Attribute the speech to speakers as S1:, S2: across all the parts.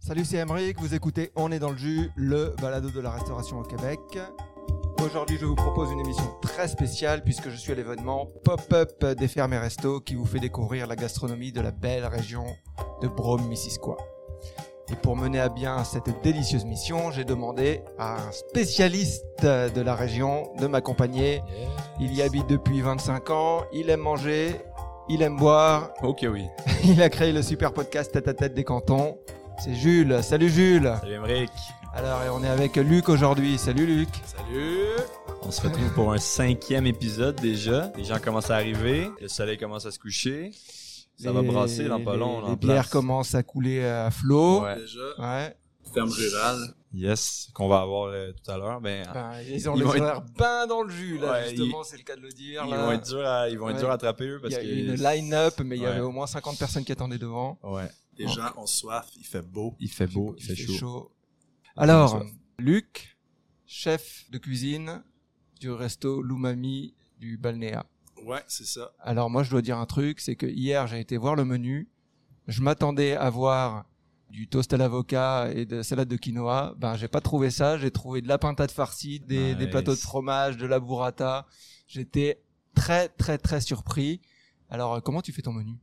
S1: Salut, c'est Emeric. Vous écoutez On est dans le jus, le balado de la restauration au Québec. Aujourd'hui, je vous propose une émission très spéciale puisque je suis à l'événement Pop-up des fermes et restos qui vous fait découvrir la gastronomie de la belle région de Brome-Missisquoi. Et pour mener à bien cette délicieuse mission, j'ai demandé à un spécialiste de la région de m'accompagner. Il y habite depuis 25 ans, il aime manger, il aime boire,
S2: Ok, oui.
S1: il a créé le super podcast Tête à Tête des Cantons. C'est Jules. Salut Jules.
S2: Salut Emmerich.
S1: Alors, et on est avec Luc aujourd'hui. Salut Luc.
S2: Salut. On se retrouve pour un cinquième épisode déjà. Les gens commencent à arriver, le soleil commence à se coucher. Ça va
S1: Les-
S2: brasser dans pas
S1: les-
S2: long.
S1: Les bières commencent à couler à flot. Ouais.
S2: Ouais.
S3: déjà. Ferme rurale.
S2: Yes, qu'on va avoir euh, tout à l'heure. Ben,
S1: Ben, ils ont
S2: Ils
S1: les
S2: vont être-
S1: horaires bain dans le jus, là,
S2: Ouais,
S1: justement, c'est le cas de le dire.
S2: ils
S1: là.
S2: vont être durs à, ils vont
S1: Ouais.
S2: être durs à attraper eux
S1: Il
S2: parce
S1: y a
S2: que.
S1: eu une line-up, mais il y
S2: Ouais.
S1: avait au moins 50 personnes qui attendaient devant.
S2: Ouais.
S3: Les
S1: Ouais.
S3: gens ont soif, il fait beau.
S2: Il fait beau, il fait, chaud.
S1: Alors,
S2: Bonsoir.
S1: Luc, chef de cuisine du resto Lumami du Balnéa.
S3: Ouais, c'est ça.
S1: Alors moi, je dois dire un truc, c'est que hier, j'ai été voir le menu. Je m'attendais à voir du toast à l'avocat et de salade de quinoa. Ben, j'ai pas trouvé ça. J'ai trouvé de la pintade farcie, des, des
S2: Nice.
S1: plateaux de fromage, de la burrata. J'étais très, très, très surpris. Alors, euh, comment tu fais ton menu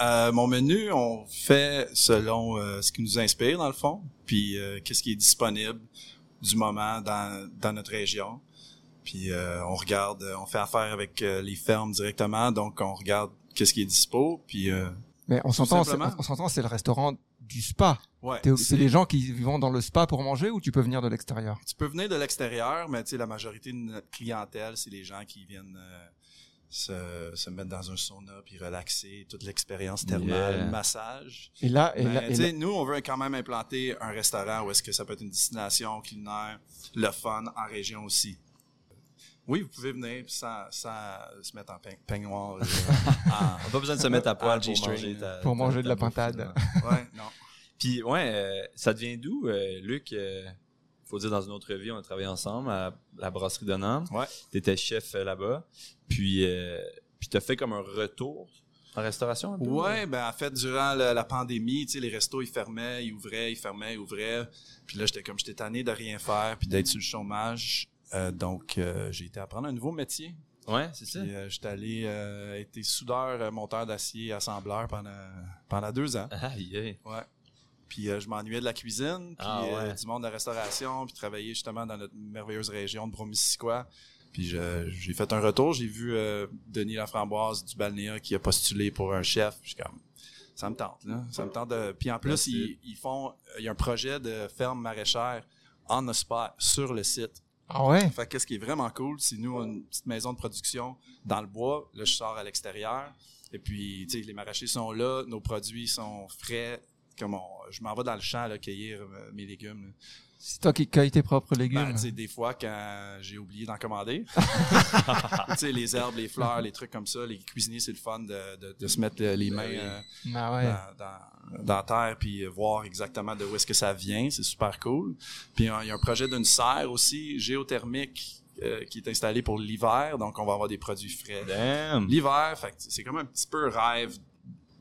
S3: Euh, mon menu, on fait selon euh, ce qui nous inspire dans le fond, puis euh, qu'est-ce qui est disponible du moment dans, dans notre région. Puis euh, on regarde, euh, on fait affaire avec euh, les fermes directement, donc on regarde qu'est-ce qui est dispo, puis euh,
S1: Mais on s'entend, c'est-
S3: simplement.
S1: on s'entend, c'est le restaurant du spa.
S3: ouais.
S1: T'es-
S3: c'est-
S1: C'est les gens qui vont dans le spa pour manger ou tu peux venir de l'extérieur
S3: Tu peux venir de l'extérieur, mais tu sais, la majorité de notre clientèle, c'est les gens qui viennent euh, se, se mettre dans un sauna puis relaxer, toute l'expérience thermale,
S2: Yeah.
S3: massage.
S1: Et là, et
S2: Bah,
S3: Ben,
S1: là, et
S3: tu
S1: là-
S3: sais, nous, on veut quand même implanter un restaurant où est-ce que ça peut être une destination culinaire, le fun en région aussi. Oui, vous pouvez venir sans, sans se mettre en peign- peignoir. là. Ah,
S2: On n'a pas besoin de se mettre à poil
S3: Ah,
S2: pour
S3: G-string.
S2: manger, ta-
S1: Pour
S2: ta-
S1: manger
S2: ta
S1: de la
S2: bouffe,
S1: pintade.
S2: là.
S3: ouais, non.
S2: Puis ouais, euh, ça devient d'où, euh, Luc? euh, faut dire, dans une autre vie, on a travaillé ensemble à la brasserie de Nantes.
S3: Ouais.
S2: T'étais chef euh, là-bas. Puis, euh, puis t'as fait comme un retour en restauration un peu?
S1: euh?
S3: Ouais, ben en fait, durant la, la pandémie, tu sais, les restos, ils fermaient, ils ouvraient, ils fermaient, ils ouvraient. Puis là, j'étais comme, j'étais tanné de rien faire, puis d'être sur le chômage. Euh, donc, euh, j'ai été apprendre un nouveau métier.
S2: Ouais, c'est ça.
S3: Puis euh, j'étais allé, euh, été soudeur, euh, monteur d'acier, assembleur pendant, pendant deux ans.
S2: Ah, yeah.
S3: Ouais. Puis euh, je m'ennuyais de la cuisine, puis
S2: Ah, ouais.
S3: euh, du monde de la restauration, puis travailler justement dans notre merveilleuse région de Bromissiquois. Puis je- j'ai fait un retour, j'ai vu euh, Denis Laframboise du Balnéa qui a postulé pour un chef. Je suis comme, ça me tente, là. Ça me tente de... Puis en plus,
S2: That's
S3: ils,
S2: it.
S3: ils font... Il y a un projet de ferme maraîchère en spot sur le site.
S1: ah ouais.
S3: Fait que qu'est-ce qui est vraiment cool, c'est nous, on a une petite maison de production dans le bois. Là, je sors à l'extérieur. Et puis, tu sais, les maraîchers sont là, nos produits sont frais. Comme on- je m'en vais dans le champ là, cueillir euh, mes légumes. là.
S1: C'est toi qui cueilles tes propres
S2: Bah,
S1: légumes.
S3: Ben, tu sais, des fois, quand j'ai oublié d'en commander, tu sais, les herbes, les fleurs, les trucs comme ça, les cuisiniers, c'est le fun de, de- de se mettre euh, les
S2: Ben
S3: mains
S2: oui.
S3: euh,
S1: Ah ouais.
S3: dans, dans- dans la terre puis euh, voir exactement de où est-ce que ça vient. C'est super cool. Puis euh, il y a un projet d'une serre aussi géothermique euh, qui est installée pour l'hiver, donc on va avoir des produits frais.
S2: Damn.
S3: L'hiver, fait que c'est comme un petit peu rêve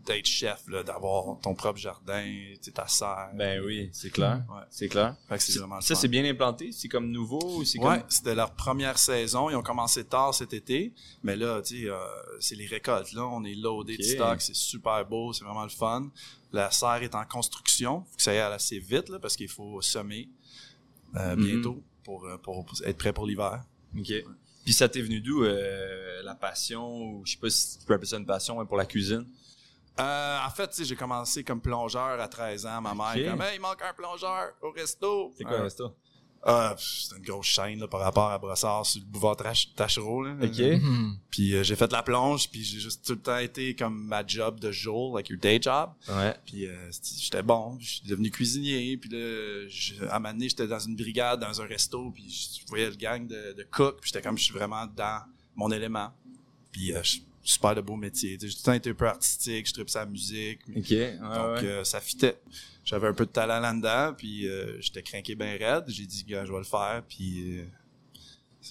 S3: d'être chef, là, d'avoir ton propre jardin, tu sais, ta serre.
S2: Ben oui, c'est clair.
S3: Ouais.
S2: C'est clair.
S3: Fait que c'est vraiment
S2: Ça,
S3: le
S2: ça,
S3: fun.
S2: c'est bien implanté? C'est comme nouveau? ou C'est
S3: Ouais,
S2: comme...
S3: c'était leur première saison. Ils ont commencé tard cet été. Mais là, tu sais, euh, c'est les récoltes. Là, on est loadé
S2: Ok.
S3: de stock. C'est super beau. C'est vraiment le fun. La serre est en construction. faut que ça aille assez vite là, parce qu'il faut semer euh,
S2: Mhm.
S3: bientôt pour, euh, pour être prêt pour l'hiver.
S2: OK. Puis ça t'est venu d'où, euh, la passion, ou je sais pas si tu peux appeler ça une passion, mais pour la cuisine?
S3: Euh, en fait, tu sais, j'ai commencé comme plongeur à 13 ans. Ma mère,
S2: Ok.
S3: comme, Hey, il manque un plongeur au resto.
S2: C'est quoi le
S3: Euh,
S2: resto?
S3: ah, pff, c'est une grosse chaîne là, par rapport à Brossard sur le boulevard Trach- Tachereau. là.
S2: OK.
S1: Mhm.
S3: Puis euh, j'ai fait la plonge, puis j'ai juste tout le temps été comme ma job de jour, like your day job.
S2: Ouais.
S3: Puis euh, c'était- j'étais bon, puis je suis devenu cuisinier. Puis là, je- à un moment donné, j'étais dans une brigade, dans un resto, puis je je voyais le gang de, de cook, puis j'étais comme, je suis vraiment dans mon élément. Puis euh, je- super de beau métier. Tu sais, J'ai tout le temps été un peu artistique, je tripe sa musique. mais-
S2: OK. Ouais,
S3: donc
S2: ouais.
S3: euh, ça fitait. J'avais un peu de talent là-dedans, puis euh, j'étais craqué bien raide. J'ai dit, gars, je vais le faire, puis... euh,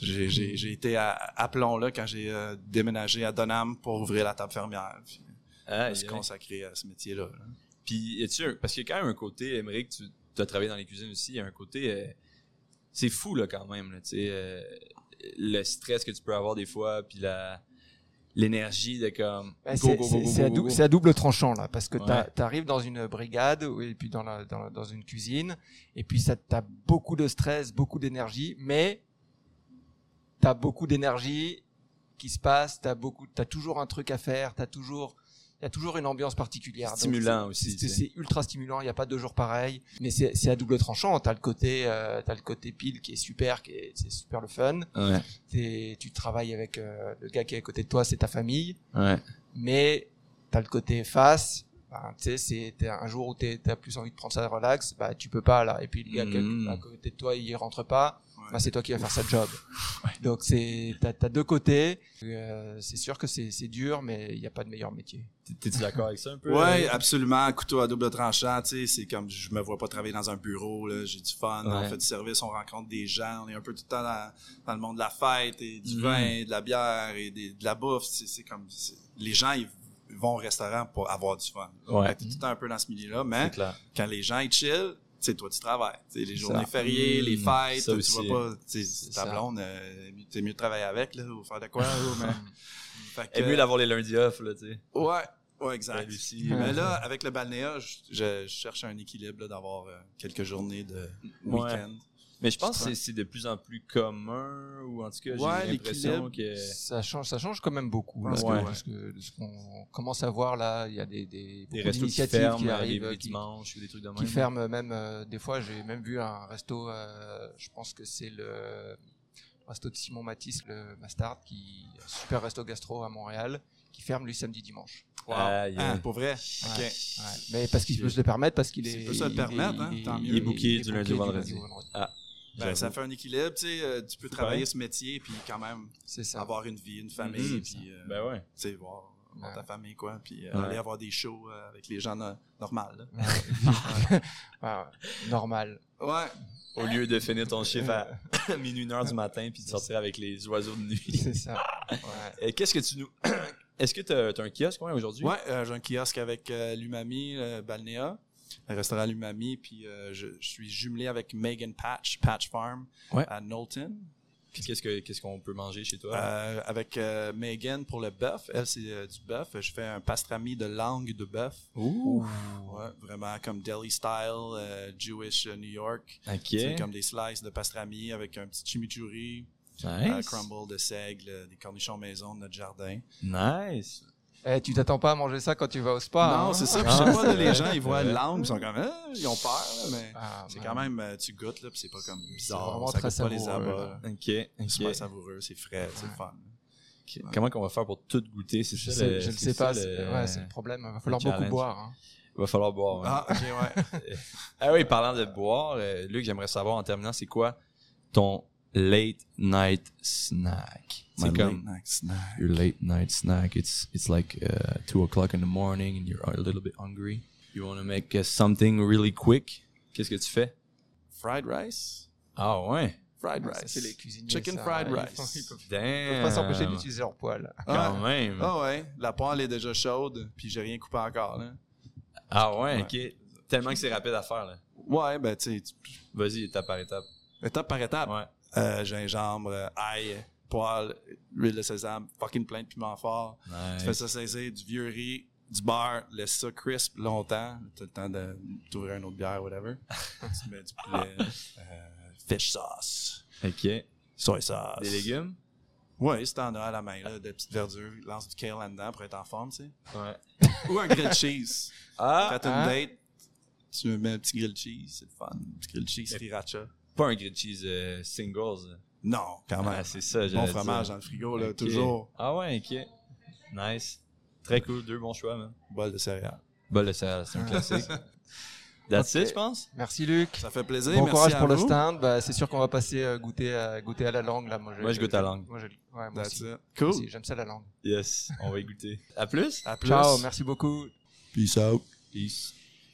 S3: j'ai- J'ai j'ai été à, à plomb là quand j'ai euh, déménagé à Donham pour ouvrir la table fermière. Puis,
S2: Ah,
S3: je me suis
S2: yeah.
S3: consacré à ce métier-là. là.
S2: Puis Puis, tu parce qu'il y a quand même un côté, Émeric, tu as travaillé dans les cuisines aussi, il y a un côté, euh, c'est fou là quand même, là, tu sais, euh, le stress que tu peux avoir des fois, puis la l'énergie de comme
S1: Ben,
S2: go,
S1: c'est-
S2: go, go,
S1: C'est
S2: go,
S1: c'est à,
S2: go,
S1: dou-
S2: go.
S1: c'est à double tranchant là, parce que
S2: Ouais.
S1: tu arrives dans une brigade ou- et puis dans, la- dans, la- dans une cuisine, et puis ça t'as beaucoup de stress, beaucoup d'énergie, mais t'as beaucoup d'énergie qui se passe, t'as beaucoup, t'as toujours un truc à faire, t'as toujours, y a toujours une ambiance particulière. Donc,
S2: stimulant
S1: c'est-
S2: aussi.
S1: c'est-
S2: tu sais.
S1: C'est ultra stimulant, il n'y a pas deux jours pareils, mais c'est c'est à double tranchant. hein. T'as le côté, euh, t'as le côté pile qui est super, qui est- c'est super le fun.
S2: Ouais,
S1: T'es- Tu travailles avec euh, le gars qui est à côté de toi, c'est ta famille
S2: ouais.
S1: mais t'as le côté face. Ben, tu sais, c'est t'es un jour où t'es- t'as plus envie de prendre ça relax, bah tu peux pas là. Et puis le gars
S2: Mhm.
S1: que- à côté de toi, il rentre pas.
S3: Ouais.
S1: Bah, c'est toi qui vas faire sa job. Donc c'est t'as as deux côtés. Euh, c'est sûr que c'est c'est dur, mais il n'y a pas de meilleur métier.
S2: T'es- T'es-tu d'accord avec ça un peu?
S3: Ouais,
S2: euh?
S3: absolument. Couteau à double tranchant, tu sais, c'est comme je me vois pas travailler dans un bureau, là. J'ai du fun, on
S2: Ouais.
S3: fait du service, on rencontre des gens, on est un peu tout le temps dans, dans le monde de la fête et du
S2: Mhm.
S3: vin, de la bière et des- de la bouffe. C'est c'est comme c'est- les gens ils vont au restaurant pour avoir du fun.
S2: Ouais,
S3: Fait que t'es tout le temps un peu dans ce milieu-là,
S2: c'est
S3: mais
S2: clair.
S3: quand les gens ils chill, tu sais, toi tu travailles. Tu sais, les
S1: Ça.
S3: journées fériées, les
S2: Mhm.
S3: fêtes,
S2: Ça
S3: tu
S2: aussi.
S3: vas pas, tu sais, ta
S1: ça.
S3: blonde, euh, t'es mieux de travailler avec là, ou faire de quoi, là, mais. Fait
S2: Et
S3: que-
S2: mieux d'avoir les lundis off, là, tu sais.
S3: Ouais, ouais, exact.
S2: Lucie.
S3: Mais là, avec le balnéage, je, je cherche un équilibre là, d'avoir euh, quelques journées de
S2: Ouais. Euh,
S3: week-end.
S2: Mais je pense que
S3: Ouais.
S2: c'est- c'est de plus en plus commun, ou en tout cas,
S3: Ouais,
S2: j'ai l'impression
S3: l'équilibre.
S2: que...
S1: Ça change, ça change quand même beaucoup. hein,
S3: Ouais.
S1: Parce que-
S2: Ouais.
S1: parce que ce qu'on commence à voir là, il y a des des,
S2: Des
S1: beaucoup
S2: restos qui
S1: d'initiatives
S2: ferment,
S1: qui
S2: euh,
S1: arrivent,
S2: les, les
S1: qui-
S2: dimanches, ou des trucs de même.
S1: qui ferme même euh, des fois j'ai même vu un resto euh, je pense que c'est le resto de Simon Matisse le Mastard qui super resto gastro à Montréal qui ferme lui samedi dimanche
S3: Wow.
S2: Aïe,
S1: Hein?
S3: Ah,
S2: aïe.
S3: pour vrai?
S1: Ouais.
S3: Ok.
S1: Ouais, mais parce qu'il peut se le permettre parce qu'il est
S3: S'il peut se le permettre, hein, tant mieux.
S2: Il est booké du
S1: booké
S2: lundi au vendredi.
S3: Ben, ça fait un équilibre, tu sais, euh, tu peux travailler ce métier puis quand même
S1: c'est ça
S3: avoir une vie, une famille,
S2: Mhm.
S3: puis euh,
S2: Ben ouais.
S3: tu sais, voir, voir ta famille quoi, puis euh,
S2: Ouais.
S3: aller avoir des shows euh, avec les gens no- normaux. là.
S1: Ouais, normal
S3: Ouais,
S2: Au lieu de finir ton chiffre à minuit, une heure du matin, puis de sortir avec les oiseaux de nuit.
S1: c'est ça ouais.
S2: Et Qu'est-ce que tu nous... Est-ce que t'as t'as un kiosque, ouais, aujourd'hui?
S3: ouais, euh, j'ai un kiosque avec euh, l'Umami euh, Balnéa, le restaurant l'Umami, puis euh, je, je suis jumelé avec Megan Patch, Patch Farm,
S2: Ouais.
S3: à Knowlton.
S2: Puis qu'est-ce que- qu'est-ce qu'on peut manger chez toi?
S3: Euh, avec euh, Megan pour le bœuf. Elle, c'est euh, du bœuf. Je fais un pastrami de langue de bœuf.
S1: Euh,
S2: Ouh!
S3: Ouais, vraiment comme deli style, euh, Jewish euh, New York.
S2: Ok.
S3: C'est comme des slices de pastrami avec un petit chimichurri, euh,
S2: Nice.
S3: crumble de seigle, euh, des cornichons maison de notre jardin.
S2: Nice.
S1: Eh, tu t'attends pas à manger ça quand tu vas au spa
S3: non,
S1: hein
S3: c'est ça.
S2: Ah,
S3: Puis Je sais pas, là,
S2: c'est vrai.
S3: les gens, ils voient
S2: C'est vrai.
S3: langue, ils sont comme, Ah, ils ont peur, là, mais
S1: Ah,
S3: c'est
S1: ouais.
S3: quand même, euh, tu goûtes, là, puis c'est pas comme bizarre.
S1: vraiment
S3: Ça
S1: très
S3: goûte pas les
S1: savoureux,
S3: abats.
S1: là.
S3: là.
S2: Ok.
S3: C'est
S2: ok.
S3: super savoureux, c'est frais, c'est le fun.
S2: Ok. Comment qu'on va faire pour tout goûter? C'est
S1: je,
S2: ça,
S1: sais-
S2: le-
S1: je ne
S2: c'est
S1: sais
S2: ça,
S1: pas,
S2: le-
S1: c'est ouais, c'est le problème. Il va falloir beaucoup
S2: challenge.
S1: boire. hein.
S2: Il va falloir boire. ouais.
S3: Ah, ok, ouais.
S2: Ah oui, parlant de boire, euh, Luc, j'aimerais savoir en terminant, c'est quoi ton late night snack?
S3: My
S2: C'est comme
S3: late night snack.
S2: your late night snack. It's it's like uh, two o'clock in the morning and you're a little bit hungry. You want to make uh, something really quick. Qu'est-ce que tu fais?
S3: Fried rice.
S2: Ah ouais.
S3: Fried
S1: Ça,
S3: rice.
S1: C'est les cuisiniers.
S3: Chicken
S1: ça.
S3: fried
S1: Ils
S3: rice.
S1: font- ils peuvent- ils
S2: Damn.
S1: peuvent pas s'empêcher d'utiliser leur poil.
S2: Quand
S3: Ah,
S2: même.
S3: ah ouais, la poêle est déjà chaude, puis j'ai rien coupé encore. Là.
S2: Ah ouais, ok. Tellement que c'est rapide à faire là.
S3: Ouais, ben tu sais, tu-
S2: Vas-y, étape par étape.
S3: étape par étape.
S2: Ouais.
S3: Euh, gingembre, euh, ail, poêle, huile de sésame, fucking plein de piment fort. Tu fais
S2: Nice.
S3: ça saisir, du vieux riz, du beurre, laisse ça crisp longtemps. T'as le temps de t'ouvrir une autre bière, whatever. tu mets du poulet, euh, fish sauce,
S2: Ok. Des
S3: soy sauce.
S2: légumes?
S3: Ouais, si t'en as à la main, là, des petites verdures, lance du kale là-dedans pour être en forme, tu sais. hein?
S2: Ouais.
S3: Ou un grilled cheese.
S2: Ah!
S3: Quand t'as
S1: ah.
S3: une date, tu me mets un petit grilled cheese, c'est le fun. Un petit grilled cheese sriracha.
S2: Pas un grilled cheese euh, singles.
S3: Non, quand même.
S2: Ah, c'est ça,
S3: bon
S2: j'allais dire.
S3: fromage dans le frigo, là,
S2: Ok.
S3: toujours.
S2: Ah ouais, ok. Nice. Très cool, deux bons choix, man.
S3: Bol de céréales.
S2: Bol de céréales, c'est un classique. That's
S1: Ok.
S2: it, je pense?
S1: Merci Luc.
S3: Ça fait plaisir,
S1: Bon
S3: merci
S1: courage
S3: à
S1: pour le
S3: vous.
S1: stand. Bah, c'est sûr qu'on va passer euh, goûter, à, goûter à la langue. Là. Moi,
S2: Moi, je goûte à la langue.
S1: Moi, je- ouais, moi
S3: That's
S1: aussi.
S3: it.
S1: Moi
S3: Cool.
S1: aussi, J'aime ça la langue.
S2: Yes, on va y goûter. À plus!
S3: À plus.
S1: Ciao, merci beaucoup.
S3: Peace out.
S2: Peace.